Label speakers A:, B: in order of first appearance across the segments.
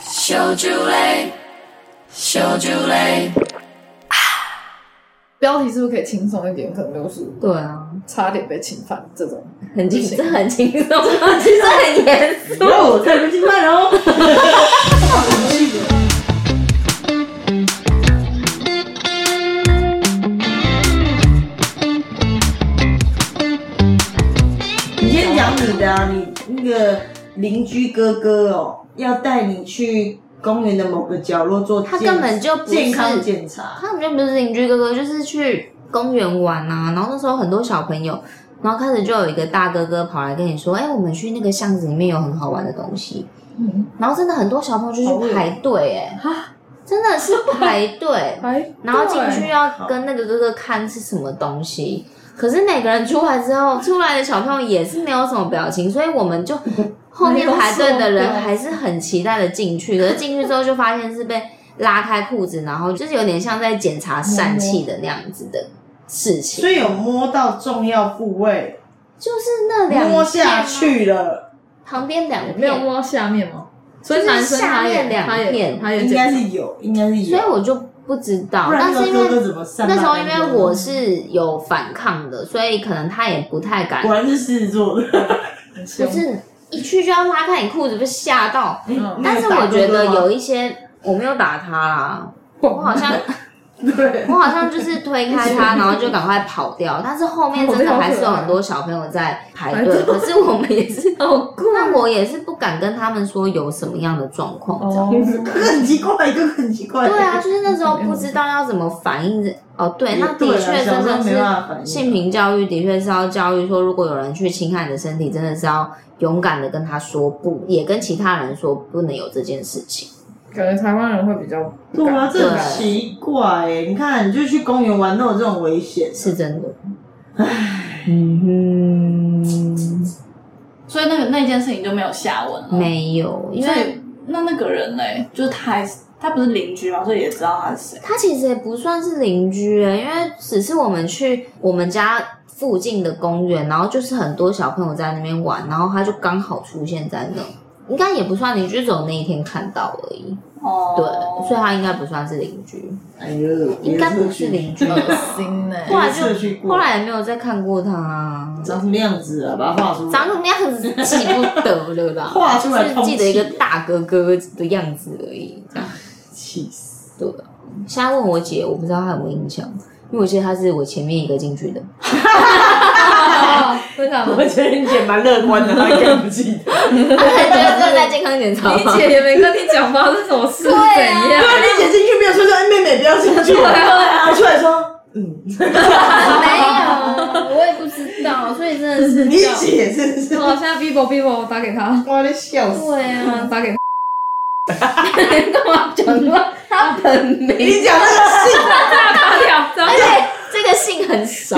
A: 小酒类，小酒类，
B: 标题是不是可以轻松一点？可能就是
C: 对啊，
B: 差点被侵犯这种。
C: 很
B: 不
C: 轻，
B: 行
C: 这很轻松，其实很严肃。
D: 我才不侵犯哦。你先讲你的啊，你那个邻居哥哥哦，要带你去公园的某个角落做
C: 他
D: 健
C: 根本就不是
D: 健康检查，
C: 他们就不是邻居哥哥，就是去公园玩啊。然后那时候很多小朋友，然后开始就有一个大哥哥跑来跟你说：“哎、我们去那个巷子里面有很好玩的东西。
B: 嗯，”，
C: 然后真的很多小朋友就去排队、哎，真的是排队
B: 哎，
C: 然后进去
B: 对
C: 要跟那个哥哥看是什么东西。可是每个人出来之后，出来的小朋友也是没有什么表情，所以我 们就后面排队的人还是很期待的进去。可是进去之后就发现是被拉开裤子，然后就是有点像在检查疝气的那样子的事情
D: 所，以有摸到重要部位，
C: 就是那两
D: 摸
C: 片啊
D: 下去了，
C: 旁边两
B: 没有
C: 片，
B: 摸下面吗？所
C: 就
B: 以
C: 是
B: 男生他
C: 下
B: 也
C: 面两
B: 他也
C: 片
B: 他也
D: 应该是有，应该是
C: 所
D: 有
C: 以。我就不知道。
D: 不然
C: 但
D: 那个
C: 是因
D: 哥哥
C: 为
D: 怎么上
C: 那
D: 班
C: 时
D: 呢？
C: 候因为我是有反抗的，所以可能他也不太敢
D: 果然是狮子座的，
B: 很凶
C: 不是一去就要拉开你裤子，被吓到。
B: 嗯
C: 但是我觉得有一些我没有打他啦，我好 像
D: 对
C: 我好像就是推开 他，然后就赶快跑掉。但是后面真的还是有很多小朋友在排队，啊可是我们也 是，那我也是不敢跟他们说有什么样的状况。这样
B: 哦，
D: 哥哥很奇怪，哥哥很奇怪。
C: 对啊，就是那时候不知道要怎么反应。哦，对，那的确真的
D: 没
C: 是
D: 办法反应。
C: 性平教育的确是要教育说，如果有人去侵害你的身体，真的是要勇敢的跟他说不，也跟其他人说不能有这件事情。
B: 感觉台湾人会比较不
D: 对啊，
B: 敢
D: 这很奇怪哎、你看，你就去公园玩都有这种危险。
C: 是真的。嗯哼，
A: 所以那个那件事情就没有下文了。
C: 没有，因
A: 所
C: 为
A: 以那那个人嘞，就是他还是他不是邻居嘛，所以也知道他是谁。
C: 他其实也不算是邻居、欸，因为只是我们去我们家附近的公园，然后就是很多小朋友在那边玩，然后他就刚好出现在那，应该也不算邻居，只有那一天看到而已。
A: 哦，
C: 对，所以他应该不算是邻居。
D: 哎呦，
C: 应该不是邻居
B: 恶心欸呢。
C: 后来
D: 社区
C: 就
D: 过
C: 后来也没有再看过他、啊，
D: 长什么样子啊？把它画出来。
C: 长什么样子记不得了啦，
D: 画出来
C: 就是记得一
D: 通
C: 个
D: 气
C: 大哥哥的样子而已。这样
D: 气死！
C: 对啊，现在问我姐，我不知道她有没有印象，因为我记得她是我前面一个进去的。
B: 会长，
D: 我觉得你姐蛮乐 观的，她应该不记得。
C: 她还觉得这在健康检查
B: 你
C: 吗？
B: 姐也没跟你讲发生什么事是怎样？
C: 啊
D: 对，啊你姐进去没有说说，哎，妹妹不要进去。
B: 啊
D: 她出来说，嗯，
B: 没有，我也不知道，所以真的是
D: 你姐真是，
B: 我现在 vivo vivo 我打给他，
D: 我的笑死。
B: 对啊，打给干嘛讲出来？
C: 她本名，
D: 你讲那个性
B: 卡掉，
C: 而且这个姓很少，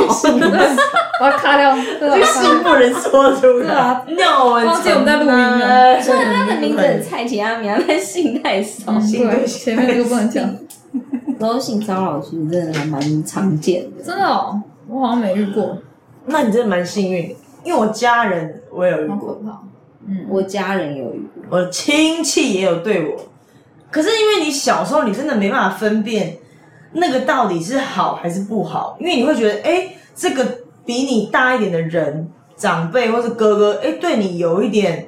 B: 我要卡掉，这
D: 这
B: 个
D: 个姓不能说出来，啊尿文
B: 啊忘记我们在录音了
D: 了。所以他
C: 她的名字很菜奇阿米啊，但姓太 少。
B: 嗯对，前面这个不能讲，
C: 然后性骚扰其实真的还蛮常见的，
B: 真的哦，我好像没遇过，
D: 那你真的蛮幸运的，因为我家人我有遇
B: 好可
D: 过，
B: 怕。嗯，
C: 我家人有遇过。
D: 我的亲戚也有对我。可是因为你小时候，你真的没办法分辨那个到底是好还是不好，因为你会觉得，哎、这个比你大一点的人、长辈或是哥哥，哎、对你有一点，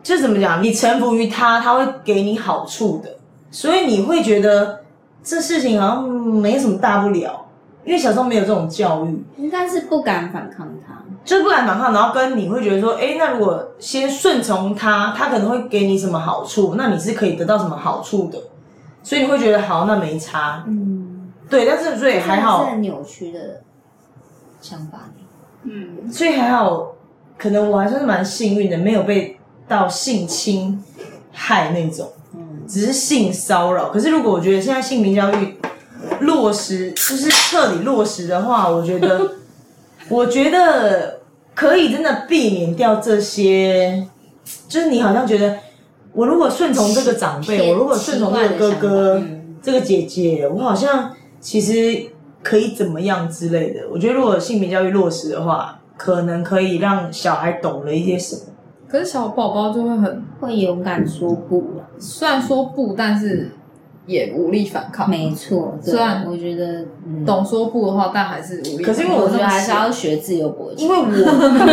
D: 就怎么讲，你臣服于他，他会给你好处的，所以你会觉得这事情好像没什么大不了，因为小时候没有这种教育。
C: 应该是不敢反抗他。
D: 就是不敢反抗，然后跟你会觉得说，哎，那如果先顺从他，他可能会给你什么好处，那你是可以得到什么好处的，所以你会觉得好，那没差，
C: 嗯，
D: 对，但是所以还
C: 这是
D: 好，
C: 很扭曲的想法。
A: 嗯，
D: 所以还好，可能我还算是蛮幸运的，没有被到性侵害那种，
C: 嗯，
D: 只是性骚扰。可是如果我觉得现在性平教育落实，就是彻底落实的话，我觉 得，我觉得可以真的避免掉这些，就是你好像觉得，我如果顺从这个长辈，
C: 偏
D: 我如果顺从这个哥
C: 奇怪的
D: 哥
C: 想法嗯、
D: 这个姐姐，我好像其实可以怎么样之类的。我觉得如果性平教育落实的话，可能可以让小孩懂了一些什么。
E: 可是小宝宝就会很，
C: 会勇敢说不了。
E: 虽然说不，但是也无力反抗。
C: 没错，对
E: 虽然
C: 我觉得，嗯，
E: 懂说不的话，但还是无力。
D: 可是因为
C: 我
D: 我
C: 觉
D: 这
C: 得
D: 么
C: 还是
D: 小
C: 要学自由搏 击
D: 因。为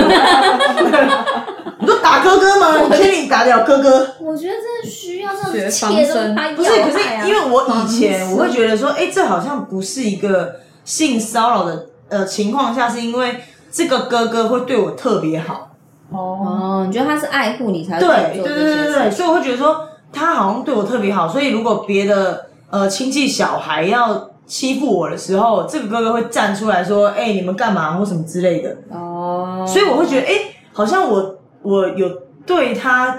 D: 我，你说打哥哥吗？我天你打得了哥哥？
B: 我觉得真的需要这
E: 学
B: 种
E: 防
B: 切都
E: 身
B: 他要
D: 不是，可是
B: 哎呀
D: 因为我以前我会觉得说，哎、这好像不是一个性骚扰的呃情况下，是因为这个哥哥会对我特别好，
E: 哦，
C: 哦，你觉得他是爱护你才会
D: 对
C: 去
D: 对
C: 做
D: 对
C: 这
D: 对
C: 些
D: 对
C: 事
D: 对，
C: 情？
D: 所以我会觉得说他好像对我特别好，所以如果别的呃亲戚小孩要欺负我的时候，这个哥哥会站出来说，哎、你们干嘛或什么之类的，
C: 哦，
D: 所以我会觉得，哎、好像我我有对他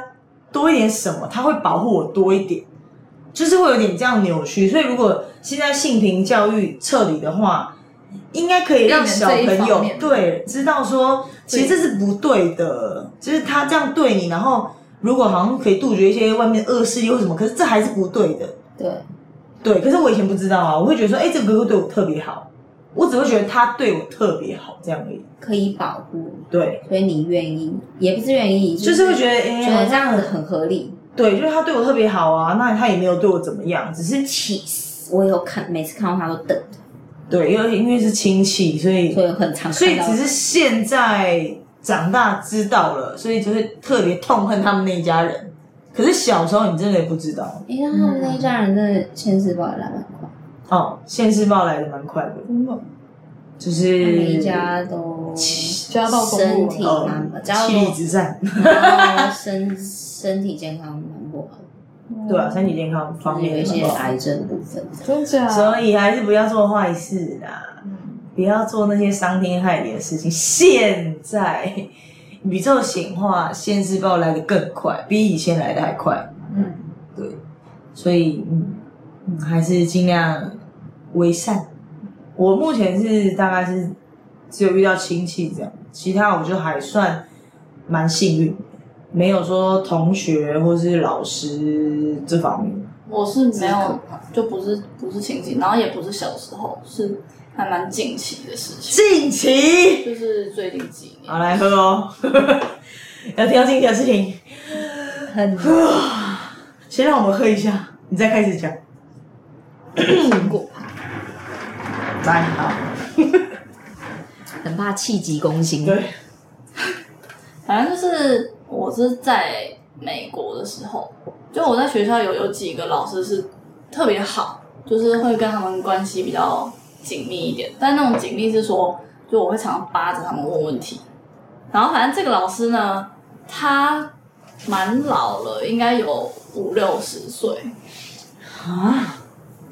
D: 多一点什么，他会保护我多一点，就是会有点这样扭曲。所以如果现在性平教育彻底的话，应该可以让小
E: 避免这
D: 朋
E: 一方
D: 友
E: 面
D: 对知道说，其实这是不对的，就是他这样对你，然后如果好像可以杜绝一些外面恶势力或什么，可是这还是不对的。
C: 对。
D: 对，可是我以前不知道啊，我会觉得说，哎、这个哥哥对我特别好，我只会觉得他对我特别好这样而已。
C: 可以保护，
D: 对，
C: 所以你愿意，也不是愿意，
D: 就是会觉得，哎、
C: 觉
D: 好像
C: 得这样子很合理。
D: 对，就是他对我特别好啊，那他也没有对我怎么样，只是
C: 气死！我有看，每次看到他都瞪，
D: 对，因为因为是亲戚，所以
C: 所以很常
D: 所以
C: 看到
D: 只是现在长大知道了，所以就是特别痛恨他们那一家人。可是小时候你真的不知道
C: 哎、那他们那一家人真的千丝万缕蛮快，
D: 哦，现世报来的蛮快的，
E: 真的
D: 就是
C: 他们一家都嗯
E: 家道中
C: 身
E: 落
C: 体
E: 了。
D: 哦
C: 蛮不，家道
D: 妻离子散，
C: 然后身身体健康蛮不好，
D: 对啊，身体健康方
C: 就是有
D: 面
C: 一些
D: 不好
C: 癌症部分。
E: 真假？嗯
D: 所以还是不要做坏事啦，不要做那些伤天害理的事情。现在宇宙显化、现世报来的更快，比以前来的还快。
E: 嗯，
D: 对，所以嗯嗯，还是尽量为善。我目前是大概是只有遇到亲戚这样，其他我就还算蛮幸运，没有说同学或是老师这方面。
A: 我是没
D: 这是可
A: 有，就不是不是亲戚，然后也不是小时候，是还蛮近期的事情，
D: 近期。
A: 就是最近几年。
D: 好，来喝哦。 要听到近期的事情，
C: 很
D: 先让我们喝一下，你再开始讲。
E: 苹果派
D: 来，好，
C: 很怕气急攻心，
D: 对，
A: 反正就是我是在美国的时候，就我在学校有有几个老师是特别好，就是会跟他们关系比较紧密一点。但那种紧密是说，就我会常常扒着他们问问题。然后反正这个老师呢，他蛮老了，应该有五六十岁
D: 啊。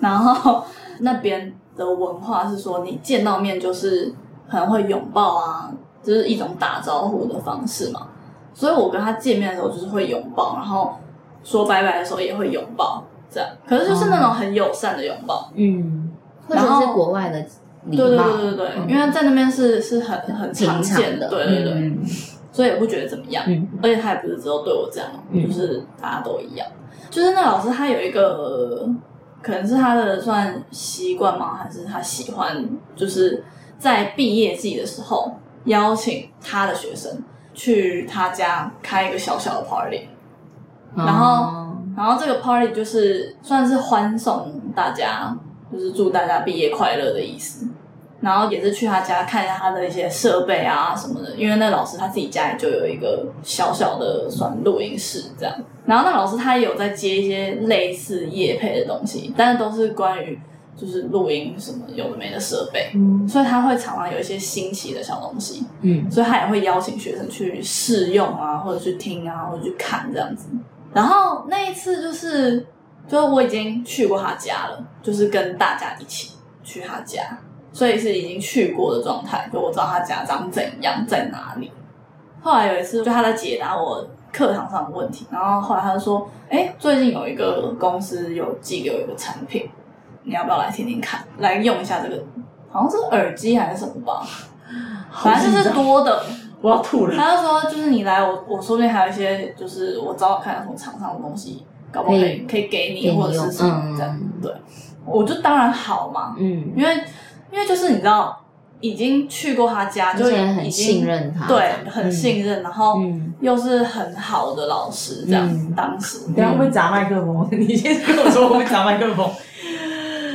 A: 然后那边的文化是说，你见到面就是可能会拥抱啊，就是一种打招呼的方式嘛。所以我跟他见面的时候就是会拥抱，然后说拜拜的时候也会拥抱，这样。可是就是那种很友善的拥抱，
C: 嗯，或者
A: 然后
C: 是国外的礼
A: 对对
C: 貌，嗯
A: 对对对，因为在那边是是很很常
C: 平
A: 见
C: 常的，
A: 对对对，
C: 嗯
A: 所以也不觉得怎么样。
C: 嗯
A: 而且他也不是只有对我这样，
C: 嗯
A: 就是大家都一样。就是那老师他有一个，可能是他的算习惯吗？还是他喜欢，就是在毕业季的时候邀请他的学生去他家开一个小小的 party，然后然后这个 party 就是算是欢送大家，就是祝大家毕业快乐的意思。然后也是去他家看一下他的一些设备啊什么的，因为那老师他自己家里就有一个小小的算录音室这样。然后那老师他也有在接一些类似业配的东西，但是都是关于就是录音什么有的没的设备，所以他会常常有一些新奇的小东西。
C: 嗯，
A: 所以他也会邀请学生去试用啊，或者去听啊，或者去看这样子。然后那一次就是，就是我已经去过他家了，就是跟大家一起去他家，所以是已经去过的状态，就我知道他家长怎样，在哪里。后来有一次，就他在解答我课堂上的问题，然后后来他就说：“哎，最近有一个公司有寄给我一个产品，你要不要来听听看，来用一下这个？好像是耳机还是什么吧，反正就是多的。”
D: 我要吐了。
A: 他就说，就是你来我，我说不定还有一些，就是我找找看有什么厂商的东西，搞不好可以可以给
C: 给
A: 你
C: 你
A: 或者是什么
C: 用
A: 这样
C: 嗯。
A: 对，我就当然好嘛，
C: 嗯
A: 因为因为就是你知道，已经去过他家，就
C: 而且
A: 已
C: 很
A: 经
C: 信，任他，
A: 对，很信任，然后
C: 嗯
A: 又是很好的老师，这样、当时，
D: 等一
C: 啊
D: 下会不会砸麦克风？你先跟我说会不会砸麦克风？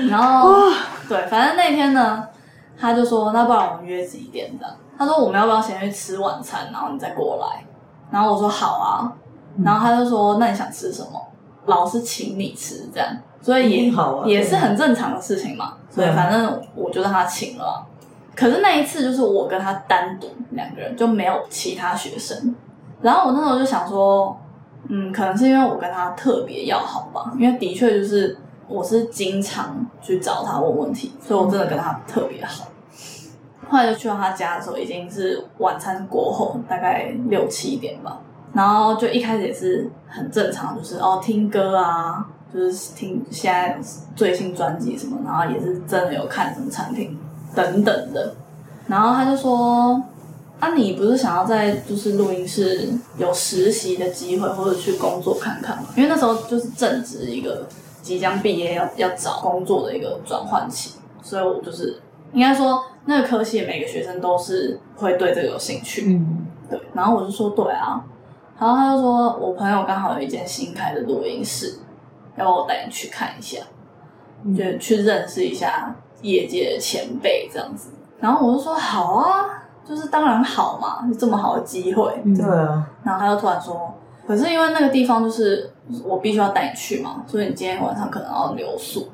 A: 然后对，反正那天呢，他就说，那不然我们约几点这样？他说我们要不要先去吃晚餐，然后你再过来？然后我说好啊，
D: 嗯
A: 然后他就说那你想吃什么？老师请你吃这样，所
D: 一
A: 以也
D: 定好啊
A: 也是很正常的事情嘛。所以
D: 对啊
A: 反正我就让他请了啊、可是那一次就是我跟他单独两个人，就没有其他学生。然后我那时候就想说，嗯，可能是因为我跟他特别要好吧，因为的确就是我是经常去找他问问题，所以我真的跟他特别好。后来就去到他家的时候，已经是晚餐过后，大概六七点吧。然后就一开始也是很正常，就是哦听歌啊，就是听现在最新专辑什么，然后也是真的有看什么产品等等的。然后他就说：“啊，你不是想要在就是录音室有实习的机会，或者去工作看看吗？因为那时候就是正值一个即将毕业要要找工作的一个转换期，所以我就是应该说那个科系每个学生都是会对这个有兴趣，
C: 嗯，
A: 对，然后我就说对啊，然后他就说我朋友刚好有一间新开的录音室，要不要我带你去看一下，
D: 嗯
A: 就去认识一下业界的前辈这样子。然后我就说好啊，就是当然好嘛，这么好的机会。
C: 嗯
D: 对啊，
A: 然后他就突然说，可是因为那个地方就是我必须要带你去嘛，所以你今天晚上可能要留宿。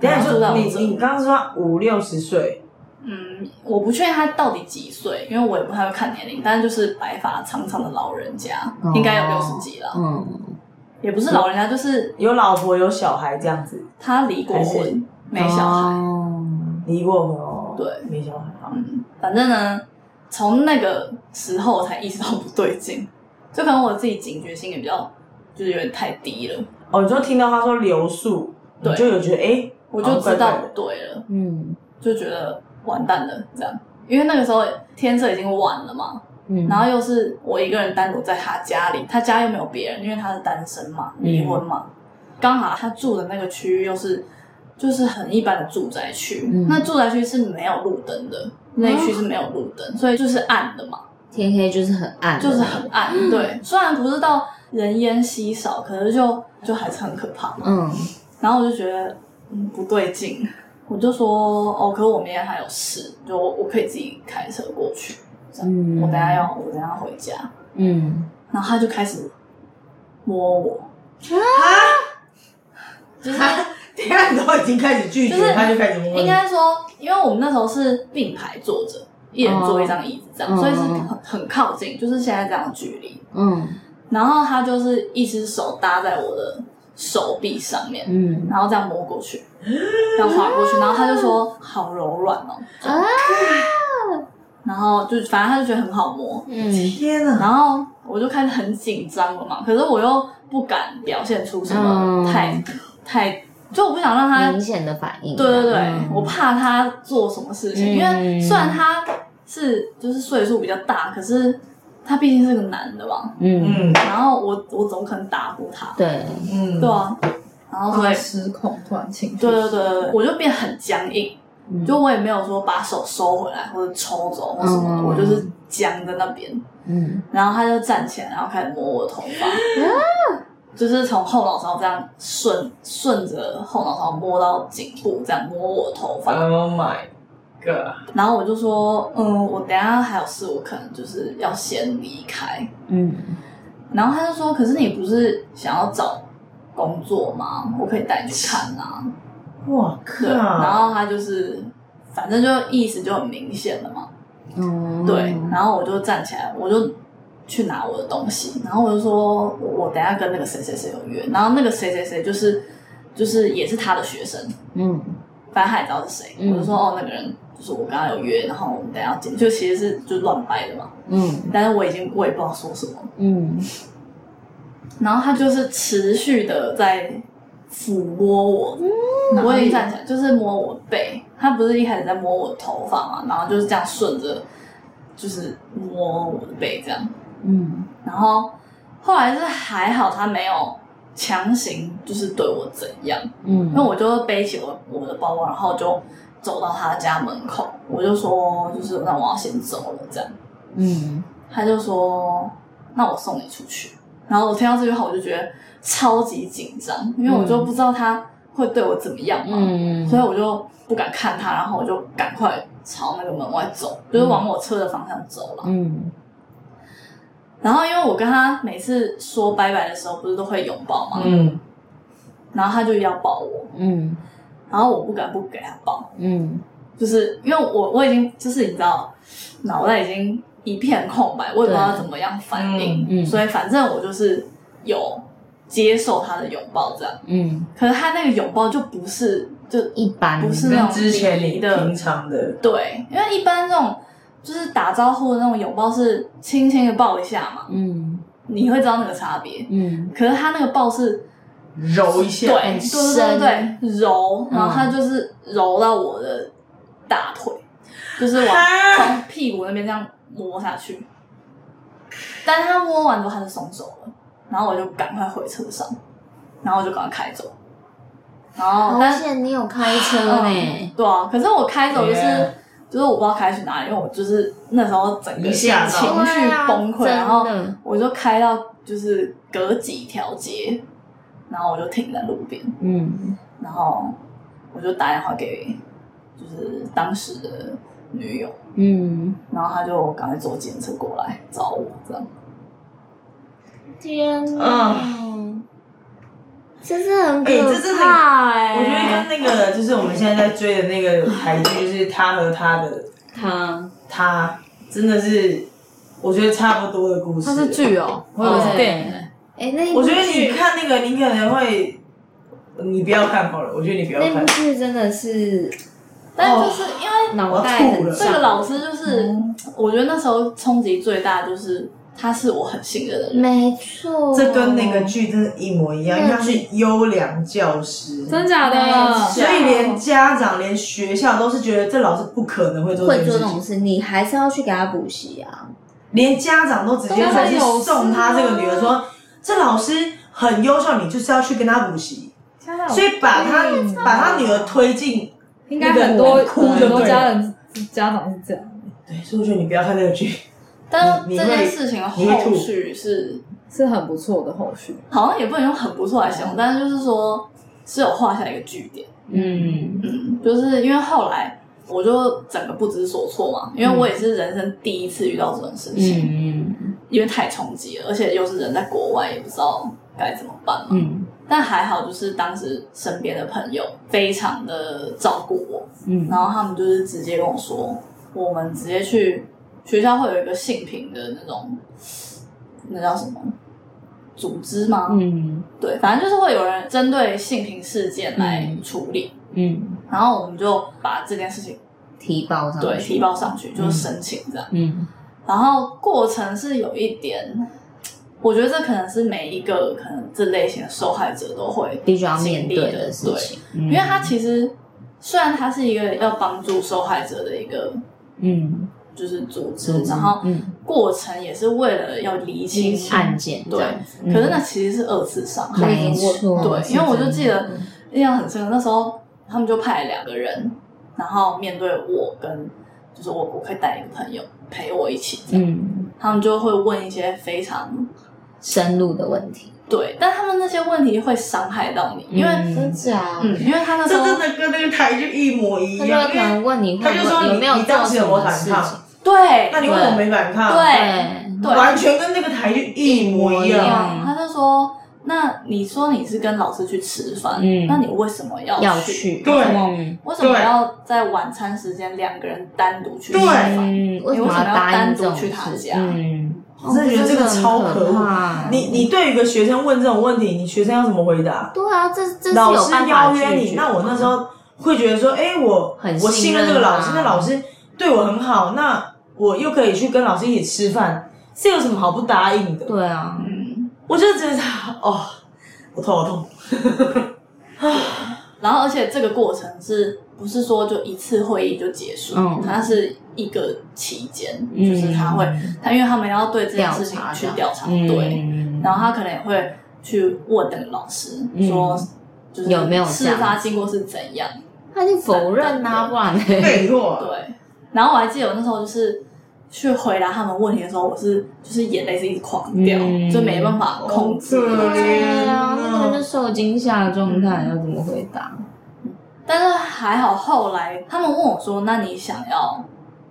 D: 等一下
A: 然后就在
D: 就
A: 我
D: 你
A: 这
D: 你刚刚说他五六十岁，
A: 嗯，我不确定他到底几岁，因为我也不太会看年龄，但是就是白发苍苍的老人家，
C: 哦
A: 应该有六十几了。
C: 嗯，
A: 也不是老人家，就是
D: 有老婆有小孩这样子，
A: 他离过
D: 还是
A: 婚，没小孩。
C: 哦
D: 离过婚哦，
A: 对，
D: 没小孩啊，
A: 嗯，反正呢，从那个时候我才意识到不对劲，就可能我自己警觉性也比较，就是有点太低了，
D: 哦，你就听到他说留宿，你
A: 对
D: 就有觉得 哎，
A: 我
D: 好
A: 就
D: 像怪
A: 知道
D: 怪的
A: 不对了，
C: 嗯
A: 就觉得完蛋了这样。因为那个时候天色已经晚了嘛，
C: 嗯，
A: 然后又是我一个人单独在他家里，他家又没有别人，因为他是单身嘛，
C: 嗯
A: 离婚嘛，刚好他住的那个区域又是就是很一般的住宅区，
C: 嗯啊
A: 那住宅区是没有路灯的，那一区是没有路灯，所以就是暗的嘛，
C: 天黑就是很暗，
A: 就是很 暗。对，虽然不是到人烟稀少，可是就就还是很可怕。
C: 嗯
A: 然后我就觉得嗯不对劲，我就说哦，可是我明天还有事，就我我可以自己开车过去，这样
C: 嗯
A: 我等一下要我等一下回家。
C: 嗯，
A: 然后他就开始摸我，啊就是
D: 等一下你啊都已经开始拒
A: 就是
D: 绝，他就开始摸你，
A: 应该说，因为我们那时候是并排坐着，一人坐一张椅子这样，
C: 哦
A: 所以是很很靠近，就是现在这样的距离。
C: 嗯
A: 然后他就是一只手搭在我的手臂上面，
C: 嗯
A: 然后这样摸过去，然后滑过去，然后他就说好柔软哦，
C: 啊
A: 然后就反正他就觉得很好摸，
C: 嗯
D: 天啊哪，
A: 然后我就开始很紧张了嘛，可是我又不敢表现出什么
C: 嗯
A: 太、太，就我不想让他
C: 明显的反应，
A: 对对对，
C: 嗯
A: 我怕他做什么事情，
C: 嗯
A: 因为虽然他是就是岁数比较大，可是他毕竟是个男的嘛，
D: 嗯
C: 嗯
A: 然后我我怎么可能打不他？
C: 对，
D: 嗯，
A: 对啊，然后所以、
C: 嗯
E: 失控，突然情绪
A: 对对对对，我就变很僵硬，
C: 嗯
A: 就我也没有说把手收回来或者抽走或什么的，
C: 嗯
A: 我就是僵在那边。
C: 嗯
A: 然后他就站起来，然后开始摸我的头发，就是从后脑勺这样顺顺着后脑勺摸到颈部，这样摸我的头发。
D: ，Oh my god，
A: 然后我就说，嗯，我等一下还有事，我可能就是要先离开。
C: 嗯
A: 然后他就说，可是你不是想要找工作吗？我可以带你去看啊。
D: 哇
A: 对，然
D: 靠，
A: 后他就是，反正就意思就很明显了嘛。
C: 嗯，
A: 对，然后我就站起来，我就去拿我的东西，然后我就说，我等一下跟那个谁谁谁有约，然后那个谁谁谁就是就是也是他的学生，
C: 嗯
A: 反正他也知道是谁，
C: 嗯
A: 我就说哦，那个人就是我跟他有约，然后我们等一下要见，就其实是就乱掰的嘛。
C: 嗯
A: 但是我已经我也不知道说什么，
C: 嗯
A: 然后他就是持续的在抚摸我，
C: 嗯
A: 我已经站起来，就是摸我背，他不是一开始在摸我头发嘛，然后就是这样顺着，就是摸我的背这样，
C: 嗯
A: 然后后来是还好他没有强行就是对我怎样，因为
C: 嗯，
A: 我就背起我我的包包，然后就走到他家门口，我就说就是那我要先走了这样，
C: 嗯，
A: 他就说那我送你出去。然后我听到这句话，我就觉得超级紧张，因为我就不知道他会对我怎么样嘛，
C: 嗯
A: 所以我就不敢看他，然后我就赶快朝那个门外走，就是往我车的方向走了。
C: 嗯
A: 然后因为我跟他每次说拜拜的时候，不是都会拥抱嘛，
D: 嗯，
A: 然后他就要抱我，
C: 嗯
A: 然后我不敢不给他抱，
C: 嗯
A: 就是因为我我已经就是你知道，脑袋已经一片空白，我也不知道怎么样反应，
C: 嗯嗯
A: 所以反正我就是有接受他的拥抱这样。
C: 嗯，
A: 可是他那个拥抱就不是就
C: 一般
A: 不是
D: 嗯
A: 那
D: 跟
A: 种
D: 之前
A: 礼
D: 你
A: 仪的
D: 平，常的，
A: 对，因为一般这种就是打招呼的那种拥抱是轻轻的抱一下嘛，
C: 嗯
A: 你会知道那个差别。
C: 嗯
A: 可是他那个抱是
D: 揉一下，
A: 对
C: 很
A: 对对对
C: 深
A: 对揉，然后他
C: 嗯
A: 就是揉到我的大腿，就是往
D: 啊
A: 从屁股那边这样摸下去。但是他摸完之后他就松手了，然后我就赶快回车上，然后我就赶快开走。然后
C: 好
A: 但是
C: 险你有开车呢，
A: 对啊，可是我开走就是
D: Yeah
A: 就是我不知道开去哪里，因为我就是那时候整个
D: 一
A: 情
D: 下
C: 哦
D: 子
A: 绪崩溃，
C: 对啊
A: 然后
C: 真的
A: 我就开到就是隔几条街，然后我就停在路边，
C: 嗯
A: 然后我就打电话给就是当时的女友，
C: 嗯，
A: 然后她就赶快坐检车过来找我，这样
C: 天
D: 啊
C: 哪，这是很
D: 哎这
C: 可
D: 真的
C: 怕哎，
D: 我觉得跟那个就是我们现在在追的那个台剧，就是他和他的
C: 他
D: 他，真的是我觉得差不多的故事。
E: 它是，剧哦，我以为是电影欸。
C: 哎那一
D: 我
C: 部
D: 觉得你
C: 剧
D: 看那个，你可能会，你不要看好了，我觉得你不要
C: 那
D: 看
C: 部。剧真的是
A: 但就是因
D: 哦
A: 为
C: 脑袋
D: 我要吐
C: 很
D: 了
A: 这个
C: 胀，
A: 老师就是，我觉得那时候冲击最大就是他是我很信任的人，
C: 没错，
D: 这跟那个剧真的一模一样，因为他是优良教师，
E: 真假的？
D: 所以连家长、连学校都是觉得这老师不可能会做这
C: 会
D: 件
C: 做
D: 事
C: 这
D: 情
C: 种，事，你还是要去给他补习啊。
D: 连家长都直接还是送他这个女儿说，这老师很优秀，你就是要去跟他补习，所以把他把他女儿推进。
E: 哎应该很多
D: 那个哭就对了
E: 很多家人家长是这样，
D: 对，所以我觉得你不要看这个剧，
A: 但是
D: 你
A: 这
D: 你会
A: 件事情的
D: 你会吐
A: 后续是
E: 是很不错的后续。
A: 好像也不能用很不错来形容，
D: 嗯
A: 但是就是说是有画下一个句点，
C: 嗯
A: 就是因为后来我就整个不知所措嘛，因为我也是人生第一次遇到这种事情，
C: 嗯
A: 因为太冲击了，而且又是人在国外，也不知道该怎么办嘛。
C: 嗯
A: 但还好，就是当时身边的朋友非常的照顾我，
C: 嗯
A: 然后他们就是直接跟我说，我们直接去学校会有一个性平的那种，那叫什么组织吗？
C: 嗯
A: 对，反正就是会有人针对性平事件来处理，
C: 嗯，
A: 然后我们就把这件事情
C: 提报上
A: 对
C: 去
A: 提报上去，就是申请这样。
C: 嗯
A: 然后过程是有一点，我觉得这可能是每一个可能这类型的受害者都会
C: 必须要面
A: 经历
C: 对
A: 的
C: 的事情，嗯因
A: 因为它其实虽然它是一个要帮助受害者的一个
C: 嗯
A: 就是组织，
C: 组织
A: 然后
C: 嗯
A: 过程也是为了要厘清
C: 案件这
A: 对
C: 样子，
A: 可是那其实是二次伤害，
C: 嗯没错
A: 对，
C: 是
A: 因为我就
C: 真
A: 记得印象很深，那时候他们就派了两个人，然后面对我跟就是我我可以带一个朋友陪我一起，
C: 嗯
A: 他们就会问一些非常
C: 深入的问题，
A: 对，但他们那些问题会伤害到你，因为嗯
C: 嗯
E: 假
A: 因为他那
D: 这
A: 时候
D: 真的跟那个台剧一模一
C: 他就会
D: 样。
C: 可
D: 因为
C: 能问你
D: 他
C: 会
D: 就
C: 不
D: 说
C: 会有
D: 你
C: 没有
D: 你
C: 做
D: 当时
C: 什
D: 有没有
C: 么
D: 反
C: 事
D: 抗
C: 情，？
A: 对
D: 那你为什么没反抗？
A: 对
C: 对
A: 对
D: 完全跟那个台剧一模一
C: 一模一
D: 样。
C: 样
A: 嗯他就说。那你说你是跟老师去吃饭，
C: 嗯
A: 那你为什么要
C: 要去
D: 对
C: 嗯
A: 为什么
D: 对
A: 要在晚餐时间两个人单独去吃
D: 对
A: 饭？
C: 嗯，为
A: 你
C: 什
A: 为
C: 么
A: 什么要
C: 要答
A: 单
C: 应
A: 独
C: 这种
A: 去他
C: 事？
A: 家
C: 嗯，
D: 我真的觉得这个超
C: 哦这
D: 可
C: 真的很
D: 恶
C: 怕。
D: 你你对一个学生问这种问题，你学生要怎么回答？
C: 对啊，这这是
D: 老
C: 有
D: 师
C: 办法
D: 邀约
C: 拒
D: 你，
C: 绝
D: 那我
C: 的
D: 那时候会觉得说，哎、我
C: 很
D: 我
C: 信
D: 信任这个
C: 任
D: 老
C: 啊
D: 师，那老师对我很好，那我又可以去跟老师一起吃饭，这有什么好不答应的？
C: 对啊，
A: 嗯，
D: 我就觉得哦，我头好痛。
A: 然后而且这个过程是不是说就一次会议就结束？
C: 嗯
A: 它是一个期间，
C: 嗯
A: 就是他会，他因为他们要对这件事情
C: 调查
A: 去
C: 这样
A: 调查，
C: 嗯
A: 对，，然后他可能也会去问那个老师说，就是
C: 嗯有没有这
A: 事
C: 样
A: 发经过是怎样？
C: 他就否认啊，不然呢？
D: 废话，
A: 对，然后我还记得我那时候就是去回答他们问题的时候，我是就是眼泪是一直狂掉，
C: 嗯哦
A: 就没办法控制。
C: 对啊，那个
D: 嗯
C: 人就受惊吓的状态，要怎么回答？
A: 但是还好，后来他们问我说：“那你想要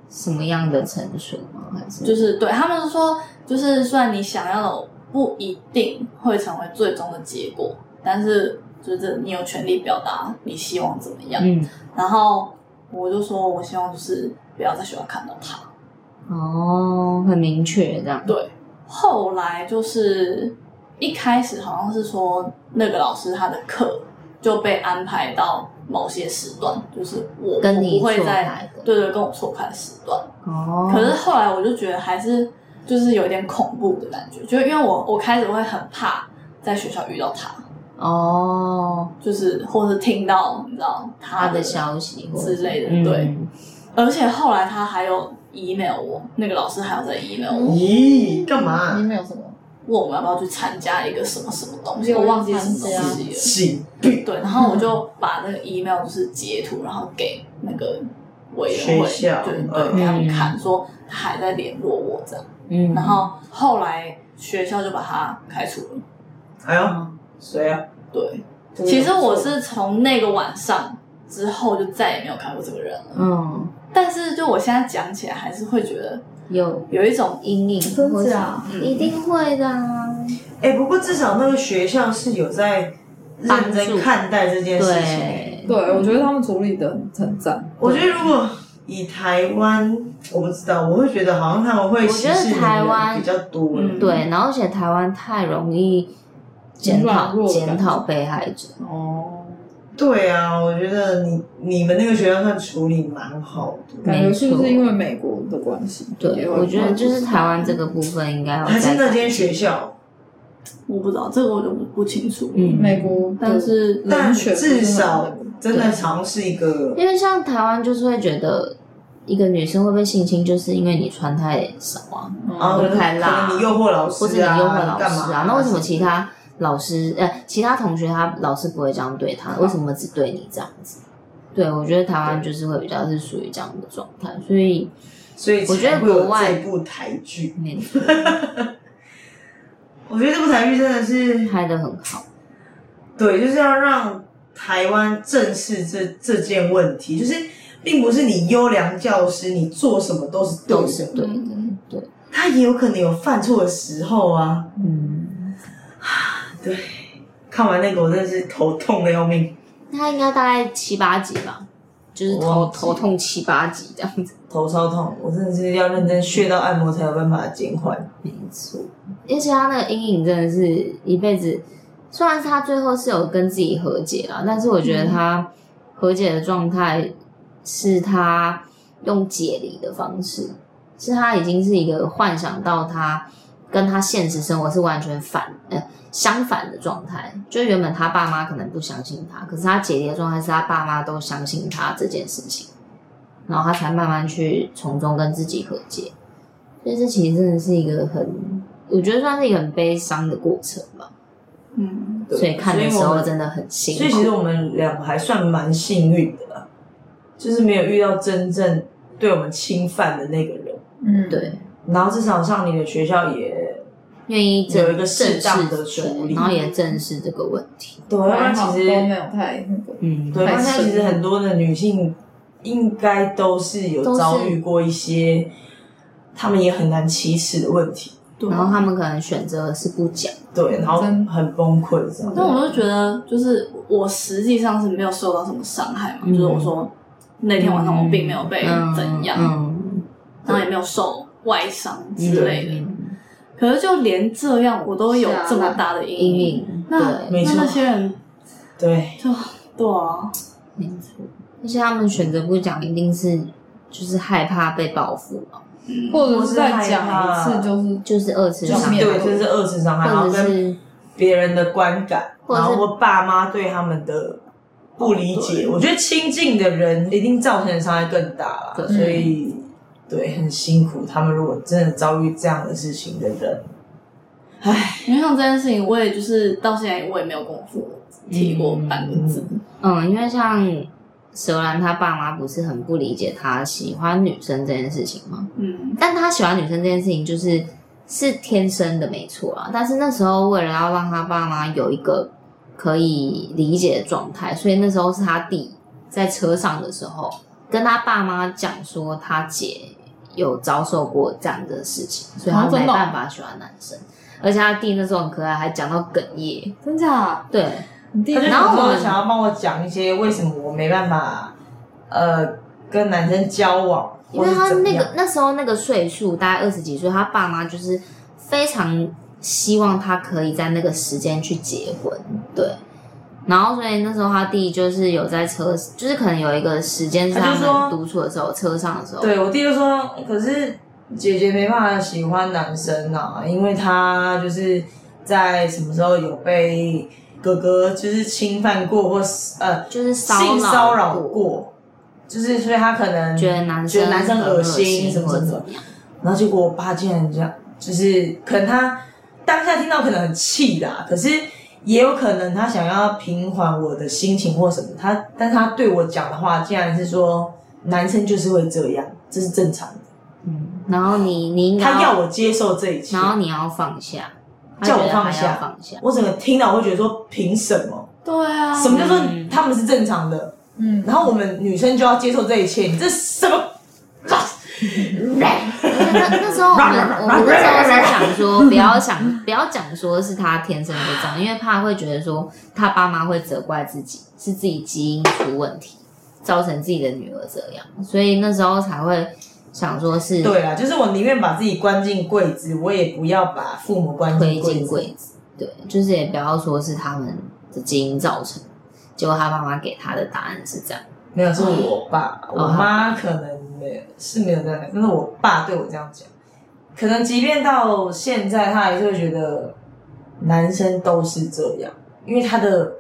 C: 什么样的成熟吗？还是
A: 就是对他们说，就是虽然你想要的不一定会成为最终的结果，但是就是你有权利表达你希望怎么样。
C: 嗯
A: 然后我就说，我希望就是不要在学校看到他。
C: 哦，很明确这样。
A: 对，后来就是一开始好像是说那个老师他的课就被安排到某些时段，就是我
C: 跟你
A: 我不会
C: 错
A: 在
C: 开的
A: 对对跟我错开的时段。
C: 哦，
A: 可是后来我就觉得还是就是有点恐怖的感觉，就因为我我开始会很怕在学校遇到他，
C: 哦，
A: 就是或是听到你知道
C: 他
A: 他
C: 的消息或者
A: 之类的
C: 嗯
A: 对而且后来他还有 email 我，那个老师还有在 email 我，
D: 咦，干
E: 你
D: 嘛？
E: 没有什么？
A: 问我们要不要去参加一个什么什么东西，
E: 有
A: 我忘记
E: 参
A: 是啊什么
E: 加
A: 东西了。
D: 请
A: 对，然后我就把那个 email 就是截图，然后给那个委员会，
D: 学校
A: 对对，
D: 嗯
A: 给他们看，说他还在联络我这样。
C: 嗯，
A: 然后后来学校就把他开除了。
D: 哎呦，
C: 嗯
D: 谁啊？
A: 对，其实我是从那个晚上之后就再也没有看过这个人了。
C: 嗯，
A: 但是就我现在讲起来，还是会觉得
C: 有
A: 有一种
C: 阴影，
E: 真
C: 或
E: 假
C: 者一定会的啊。
D: 哎，不过至少那个学校是有在认真看待这件事情。
C: 对，
E: 对，我觉得他们处理的很很赞。
D: 我觉得如果以台湾，我不知道，我会觉得好像他们会
C: 我觉
D: 歧
C: 得
D: 视女
C: 台湾
D: 人比较多。
A: 嗯
C: 对，然后而且台湾太容易检
E: 软
C: 讨
E: 弱的感觉
C: 检讨被害者，
E: 哦，
D: 对啊，我觉得你你们那个学校算处理蛮好的，
E: 感觉是不
C: 没错
E: 是因为美国的关系？
C: 对
E: 也会
C: 我觉得就是台湾这个部分应该要
D: 还是
C: 再
D: 那间学校，
A: 我不知道这个我就不不清楚。
C: 嗯
E: 美国，
A: 但是
D: 但
E: 人权不是很
D: 至少真的
C: 对
D: 尝试一个
C: 因为像台湾就是会觉得一个女生会被性侵，就是因为你穿太少啊，
D: 啊，
C: 会
D: 可
C: 开辣啊
D: 能你诱惑老
C: 或是
D: 师
C: 你诱
D: 啊，
C: 惑老
D: 干
C: 师
D: 嘛
C: 啊，那为什么其他老师呃其他同学他老师不会这样对他，为什么只对你这样子？对，我觉得台湾就是会比较是属于这样的状态，所以
D: 所以
C: 我觉得
D: 才会有
C: 国外
D: 这部台剧，
C: 没错，
D: 我觉得这部台剧真的是
C: 拍的很好，
D: 对，就是要让台湾正视这这件问题，就是并不是你优良教师，你做什么都是对
C: 都是
D: 的，
C: 对的，
E: 嗯
C: 对，
D: 他也有可能有犯错的时候啊。
C: 嗯，
D: 看完那个，我真的是头痛的要命，
C: 他应该大概七八集吧，就是
D: 我
C: 头
D: 忘记
C: 头痛七八集这样子，
D: 头超痛，我真的是要认真穴道按摩才有办法减缓。
C: 没错，而且他那个阴影真的是一辈子，虽然他最后是有跟自己和解了，但是我觉得他和解的状态是他用解离的方式，是他已经是一个幻想到他跟他现实生活是完全反呃相反的状态，就原本他爸妈可能不相信他，可是他解离的状态是他爸妈都相信他这件事情，然后他才慢慢去从中跟自己和解。所以这其实真的是一个很，我觉得算是一个很悲伤的过程吧。
A: 嗯，
D: 对
C: 所以看的时
D: 所以我
C: 候
D: 们
C: 真的很辛苦。
D: 所以其实我们两个还算蛮幸运的啦，就是没有遇到真正对我们侵犯的那个人。
E: 嗯，
C: 对，
D: 然后至少上你的学校也
C: 愿意
D: 有一
C: 正
D: 个适当的
C: 正视
D: 处理
C: 对然后也正视这个问题。
D: 对，要不
E: 还
D: 然
E: 好
D: 其
E: 都
D: 实
E: 没有太那个。
C: 嗯，
D: 对，
E: 太
D: 现在其实
E: 深
D: 很多的女性应该都是有
C: 都是
D: 遭遇过一些，她们也很难启齿的问题，
A: 对。
C: 然后他们可能选择是不讲。
D: 对，然后
E: 真
D: 很崩溃这样。
A: 但我就觉得，就是我实际上是没有受到什么伤害嘛，
C: 嗯
A: 就是我说那天晚上我并没有被
C: 嗯，
A: 怎样，
C: 嗯
A: 然后也没有受外伤之类的。
C: 嗯
A: 可是就连这样，我都有这么大的
C: 啊阴
A: 阴影。
D: 嗯
C: 影。
A: 那
C: 对，
D: 没
A: 那
D: 错
A: 那些人
D: 对，
A: 就对啊，
C: 没错。而且他们选择不讲，一定是就是害怕被报复嘛，
E: 或者是再讲一次，就是
C: 就是二次
E: 就
C: 伤
E: 是
C: 害
E: 面，
D: 对，这是二次伤害，然后
C: 啊或者
D: 跟
C: 是
D: 别人的观感，
C: 或者
D: 然
C: 是哦
D: 后爸妈对他们的不理解，我觉得亲近的人一定造成的伤害更大了，
C: 对
D: 所以对，很辛苦。他们如果真的遭遇这样的事情的人，
A: 因为像这件事情，我也就是到现在我也没有跟我父母提过半个字。
C: 嗯，因为像蛇兰他爸妈不是很不理解他喜欢女生这件事情吗？
A: 嗯，
C: 但他喜欢女生这件事情就是是天生的没错啊，但是那时候为了要让他爸妈有一个可以理解的状态，所以那时候是他弟在车上的时候跟他爸妈讲说他姐有遭受过这样的事情，所以他
E: 啊真
C: 没
E: 的哦
C: 办法喜欢男生，而且他弟那时候很可爱，还讲到哽咽，
E: 真假？
C: 对，
E: 你弟
D: 他就
C: 啊然后
D: 有时
C: 我
D: 候
C: 们
D: 想要帮我讲一些为什么我没办法，呃，跟男生交往，
C: 因为
D: 或是
C: 他
D: 怎么
C: 那
D: 样
C: 个那时候那个岁数，大概二十几岁，他爸妈就是非常希望他可以在那个时间去结婚，对。然后，所以那时候他弟就是有在车，就是可能有一个时间是
D: 他
C: 他
D: 就说
C: 们独处的时候，车上的时候，
D: 对我弟就说，可是姐姐没办法喜欢男生啊，因为她就是在什么时候有被哥哥就是侵犯过，或是呃
C: 就是骚
D: 性骚扰
C: 过，
D: 过，就是所以她可能
C: 觉得男生
D: 觉得男生
C: 很
D: 恶
C: 恶
D: 心什么
C: 或
D: 什
C: 者
D: 么
C: 怎
D: 的
C: 么，样，
D: 然后结果我爸竟然这样，就是可能他当下听到可能很气啦，可是也有可能他想要平缓我的心情或什么，他但是他对我讲的话竟然是说男生就是会这样，这是正常的，
C: 嗯。然后你你应该
D: 他要我接受这一切
C: 然，后你要放下，他
D: 叫我
C: 觉得
D: 放
C: 他要
D: 下
C: 放下，
D: 我整个听到我会觉得说凭什么？
A: 对啊，
D: 什么叫做
C: 嗯
D: 他们是正常的？
E: 嗯，
D: 然后我们女生就要接受这一切，你这什么？
C: 那那时候我们我们那时候是想说，不要想不要讲说是他天生就这样，因为怕会觉得说他爸妈会责怪自己，是自己基因出问题，造成自己的女儿这样，所以那时候才会想说是
D: 对啦，就是我宁愿把自己关进柜子，我也不要把父母关
C: 推
D: 进柜
C: 进
D: 子。
C: 柜子，对，就是也不要说是他们的基因造成。结果他爸妈给他的答案是这样，
D: 没有，是
C: 哦
D: 我爸，我妈可能没有是没有这样讲，但是我爸对我这样讲，可能即便到现在，他还是会觉得男生都是这样，因为他的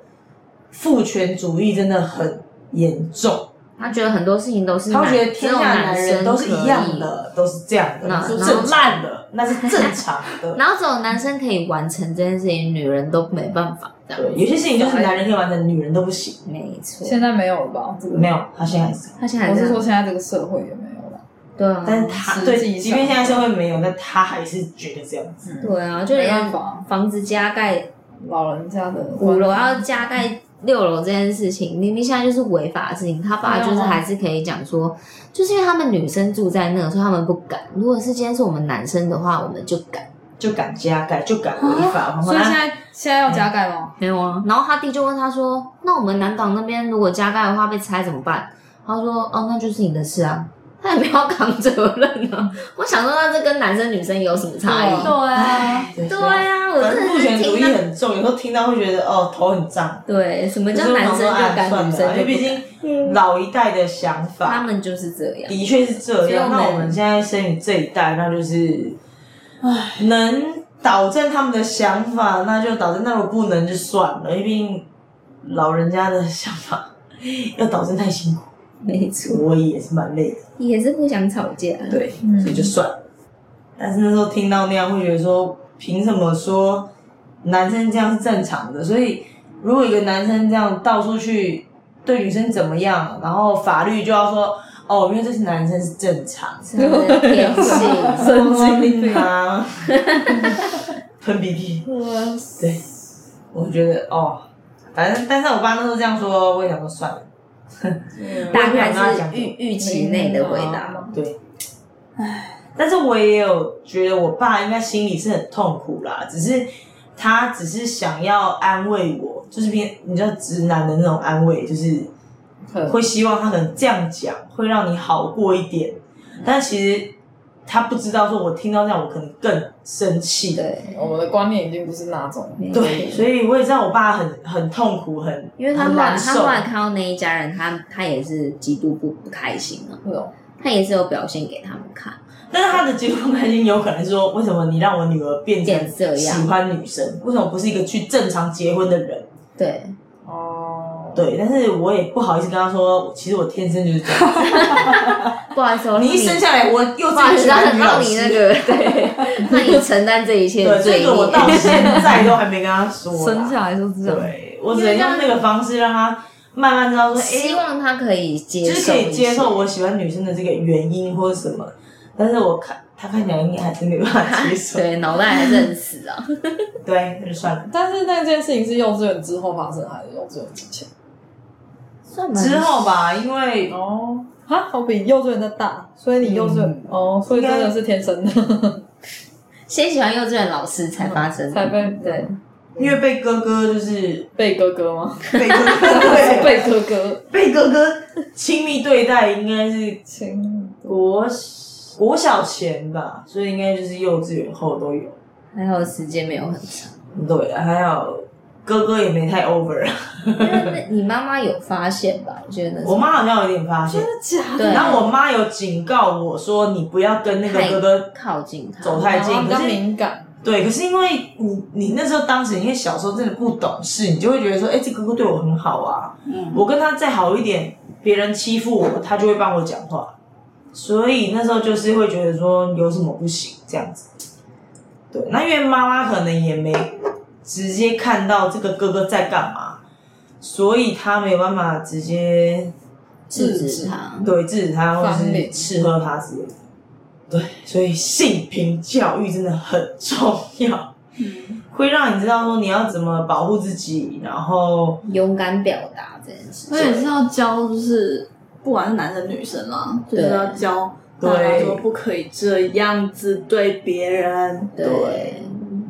D: 父权主义真的很严重，
C: 他觉得很多事情都是
D: 他
C: 男
D: 会觉得天下男
C: 只有
D: 人
C: 生
D: 都是一
C: 可
D: 样
C: 以
D: 的，都是这样的，
C: 那
D: 你说
C: 那
D: 正烂的那是正常 的，
C: 然后只有男生可以完成这件事情，女人都没办法这样。
D: 对，有些事情就是男人可以完成，女人都不行。
C: 没错，
E: 现在没有了吧？这个
D: 没，有，他现在还是，
C: 他现在
E: 我
C: 这
E: 是
C: 样
E: 说现在这个社会也没有了。
C: 对啊，
D: 但是他
E: 实
D: 对，
E: 际上
D: 即便现在社会没有，但他还是觉得这样子。
C: 对啊，就
E: 没
C: 连
E: 办法
C: 房子加盖
E: 老人家的
C: 五
E: 观
C: 楼
E: 念
C: 要加盖六楼这件事情，明明现在就是违法的事情，他爸就是还是可以讲说，就是因为他们女生住在那，所以他们不敢。如果是今天是我们男生的话，我们就敢。
D: 就敢加盖，就敢违法。
E: 所以现在现在要加盖吗？
C: 没有啊。然后他弟就问他说：“那我们南港那边如果加盖的话被拆怎么办？”他说：“哦，那就是你的事啊。”他也没有扛责任啊。我想说，那这跟男生女生有什么差
E: 对
C: 异？
A: 对啊，
D: 对
C: 对啊，我
D: 反正
C: 真的
D: 父
C: 是
D: 权主
C: 听
D: 义
C: 到
D: 很重，有时候听到会觉得哦头很胀。
C: 对，什么
D: 可
C: 叫
D: 是我
C: 男
D: 想
C: 生
D: 说
C: 就
D: 哎
C: 敢，嗯
D: 算
C: 女
D: 了啦
C: 生
D: 因
C: 就
D: 为毕
C: 不敢。
D: 竟老一代的想
C: 他
D: 法
C: 们就是这样，
D: 的确是这样。
C: 所以我们
D: 那我们现在生于这一代，那就是，唉，能导正他们的想法，那就导正；那如果不能就算了，因为毕竟老人家的想法要导正太辛苦，
C: 没错，
D: 我也是蛮累的。
C: 也是不想吵架。啊
D: 对，所以就算了。嗯但是那时候听到那样，会觉得说，凭什么说男生这样是正常的？所以如果一个男生这样到处去对女生怎么样，然后法律就要说，哦，因为这是男生是正常，
C: 真的天性，
D: 神经病 啊，喷鼻涕。
E: 嗯
D: 对，我觉得哦，反正但是我爸那时候这样说，我也想说算了，
C: 大
D: 我也
C: 概
D: 不想跟他讲
C: 是预预期内的回答。
D: 对，唉，但是我也有觉得我爸应该心里是很痛苦啦，只是他只是想要安慰我，就是别你知道直男的那种安慰，就是
E: 啊
D: 会希望他可能这样讲会让你好过一点，但其实他不知道说我听到这样我可能更生气。
E: 对，我们的观念已经不是那种
C: 没错
D: 对，所以我也知道我爸很很痛苦，很
C: 因为他
D: 很
C: 后来
D: 难
C: 他
D: 受
C: 后。来看到那一家人，他他也是极度不不开心啊，
E: 那种，
C: 他也是有表现给他们看。
D: 但是他的结婚开心有可能是说，为什么你让我女儿变
C: 变这
D: 成
C: 样
D: 喜欢女生？为什么不是一个去正常结婚的人？
C: 对，
E: 哦，
D: 对，但是我也不好意思跟他说，其实我天生就是这 样。
C: 不好意思哦，
D: 你一生下来，我又
C: 不好
D: 自
C: 意
D: 己
C: 思，
D: 喜欢
C: 让
D: 女老
C: 让你那
D: 师。
C: 个对， 让你承担这一切的
D: 对，
C: 罪
D: 这
C: 孽
D: 个。我到现在都还没跟他说啦。
E: 生下来就是这样，
D: 对，我只能用那个方式让他慢慢知道说，哎、
C: 希望他可以接受，
D: 就是可以接受。我喜欢女生的这个原因或者什么，但是我看他看起来应该还是没办法接受，
C: 对，脑袋还是很死啊。
D: 对，那就算了。
E: 但是那件事情是幼稚园之后发生，还是幼稚园之前？
C: 算蛮
D: 之后吧，因为
E: 哦，哈，我比幼稚园的大，所以你幼稚园、哦，所以真的是嗯天生的，
C: 先喜欢幼稚园老师才发
A: 嗯
C: 生，
E: 才被
C: 对
D: 因为被哥哥就是
E: 被哥哥 吗？
D: 被哥哥对
E: 被哥哥
D: 被哥哥亲密对待，应该是
E: 亲，
D: 国国小前吧，所以应该就是幼稚园后都有。
C: 还好时间没有很长。
D: 对，啊还有哥哥也没太 over，啊
C: 因为那你妈妈有发现吧？我觉得
D: 我妈好像有点发现，
E: 假
C: 对，
D: 然后我妈有警告我说，你不要跟那个哥哥
C: 靠近他，
D: 走太近
E: 然后比较
D: 可是
E: 敏感，
D: 对，可是因为你你那时候当时因为小时候真的不懂事，你就会觉得说，哎、这哥哥对我很好啊，
A: 嗯
D: 我跟他再好一点，别人欺负我，他就会帮我讲话，所以那时候就是会觉得说有什么不行这样子。对，那因为妈妈可能也没直接看到这个哥哥在干嘛，所以他没有办法直接
C: 制止他。
D: 对制止他或者
E: 方
D: 是
E: 便
D: 斥喝他之类的。对，所以性平教育真的很重要。
A: 嗯，
D: 会让你知道说你要怎么保护自己，然后
C: 勇敢表达这件事
A: 所以也是要教，就是不管是男生女生啦，就是
C: 对
A: 要教大家
D: 对
A: 说不可以这样子对别人。
C: 对，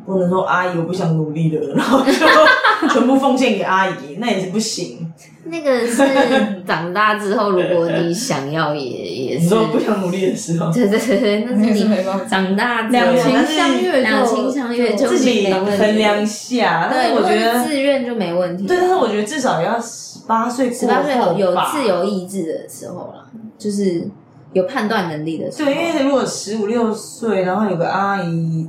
D: 不能说阿姨我不想努力了，然后就全部奉献给阿姨，那也是不 行。
C: 那个是长大之后，如果你想要也也
D: 你
C: 是，
D: 说不想努力的时候，
C: 对对对对，那
E: 那
C: 是
E: 也是
C: 你
E: 没办法。
C: 长大之后
A: 两
D: 对
A: 情
D: 但是
A: 相悦就，
C: 两情相悦就
D: 自己
C: 没问题
D: 衡量一下。但
C: 对，
D: 是
C: 如
D: 我
C: 果
D: 觉
C: 是
D: 得，
C: 自愿就没问题。
D: 对，但是我觉得至少也要十八岁
C: 十
D: 过
C: 八岁
D: 后
C: 有有
D: 吧
C: 自。由意志的时候啦，就是有判断能力的时候。
D: 对，因为如果十五六岁，然后有个阿姨，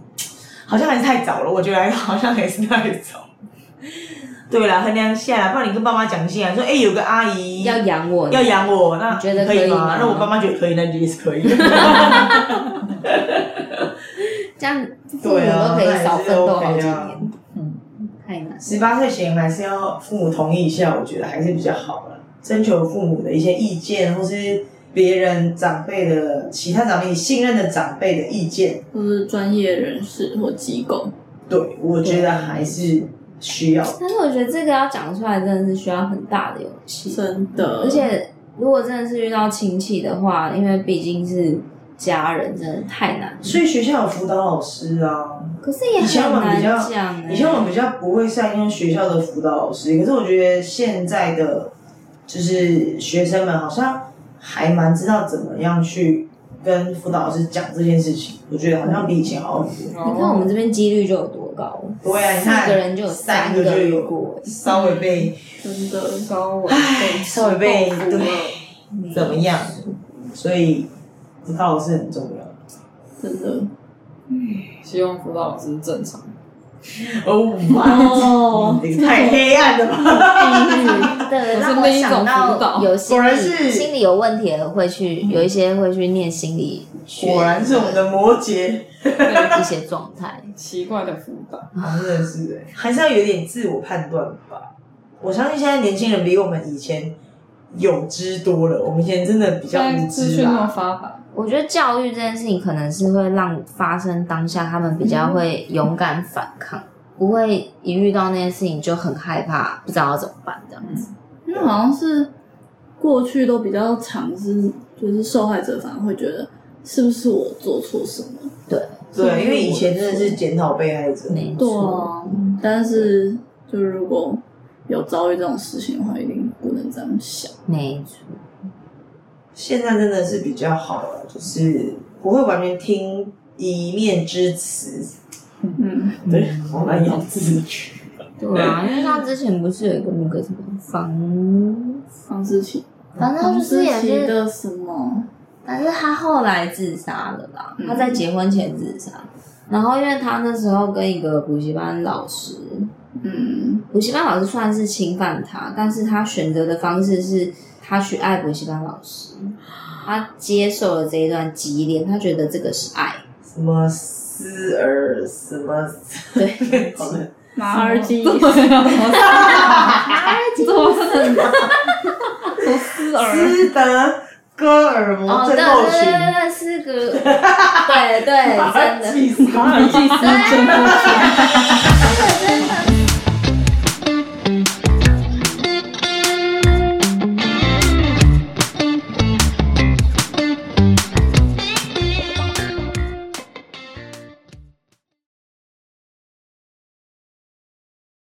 D: 好像还是太早了。我觉得还好像还是太早。对啦，衡量一下啦，不然你跟爸妈讲一下，说哎、有个阿姨
C: 要养我，
D: 要养我，那
C: 你觉得
D: 可以
C: 可以吗
D: 那我爸妈觉得可以，那你也是 可以。
C: 这样父母
D: 对啊，
C: 都可以少奋斗好
D: 那
C: 几
D: 也是 OK 啊
C: 年。嗯太难了。
D: 十八岁前还是要父母同意一下，我觉得还是比较好了。征求父母的一些意见，或是别人长辈的其他长辈你信任的长辈的意见，
A: 或是专业人士或机构。
D: 对我觉得还是需要。
C: 但是我觉得这个要讲出来，真的是需要很大的勇气。
A: 真的，
C: 而且如果真的是遇到亲戚的话，因为毕竟是家人，真的太难。
D: 所以学校有辅导老师啊，
C: 可是也
D: 以前
C: 很
D: 我们
C: 难
D: 比较
C: 讲、欸。
D: 以前我们比较不会善用学校的辅导老师，可是我觉得现在的就是学生们好像还蛮知道怎么样去跟辅导老师讲这件事情，我觉得好像比以前好很多。
C: 你
E: 哦
C: 看我们这边几率就有多高，
D: 对啊，你看
C: 四个人就有
D: 三
C: 个
D: 个就
C: 遇
D: 有
C: 过、
D: 稍微被
A: 真的，
E: 稍微被
D: 稍微被
E: 欺负了
D: 对怎么样，所以辅导老师很重要。
A: 真的。
E: 希望辅导老师正常。
D: 哦哇，
A: 哦，
D: 这个太黑暗了吧？
C: 真的让我想到有心
D: 果然
C: 理
D: 是嗯
C: 心理有问题的会去，有一些会去念心理学，
D: 果然是我们的摩羯，
C: 一些状态。
E: 奇怪的辅导，
D: 啊，真的是欸还是要有点自我判断吧。我相信现在年轻人比我们以前有知多了，我们以前真的比较
E: 现在
D: 无
E: 资
D: 知
E: 讯那么
D: 啦。
E: 发达，
C: 我觉得教育这件事情可能是会让发生当下他们比
D: 嗯
C: 较会勇敢反抗，不会一遇到那些事情就很害怕，不知道要怎么办这样子。
A: 因为好像是过去都比较常是，就是受害者反而会觉得是不是我做错什么？
D: 对，因为以前真的是检讨被害者。
C: 没
A: 对
C: 错，
A: 啊，但是就是如果有遭遇这种事情的话，一定不能这样想。
C: 没错，
D: 现在真的是比较好了，就是不会完全听一面之词。
A: 嗯，
D: 对，我们要自觉。
C: 对啊，因为像之前不是有一个那个什么防，
A: 方志奇，
C: 反正他
A: 方
C: 就是
A: 志
C: 也
A: 奇
C: 是，
A: 的什么？
C: 但是他后来自杀了啦，
A: 嗯
C: 他在结婚前自杀，然后因为他那时候跟一个补习班老师，
A: 嗯，
C: 补习班老师虽然是侵犯他，但是他选择的方式是他去爱补习班老师，他接受了这一段激烈，他觉得这个是爱，
D: 什么思儿，什么
C: 对
D: 好的，
A: 马尔基，
E: 怎么
C: 这么
E: 尔，
D: 斯德哥尔摩
C: 哦，
D: 症
C: 对
D: 候群
C: 对，对对，四个，对对，真的，
D: 气死
E: 马尔济斯症候群。
C: 真的真的。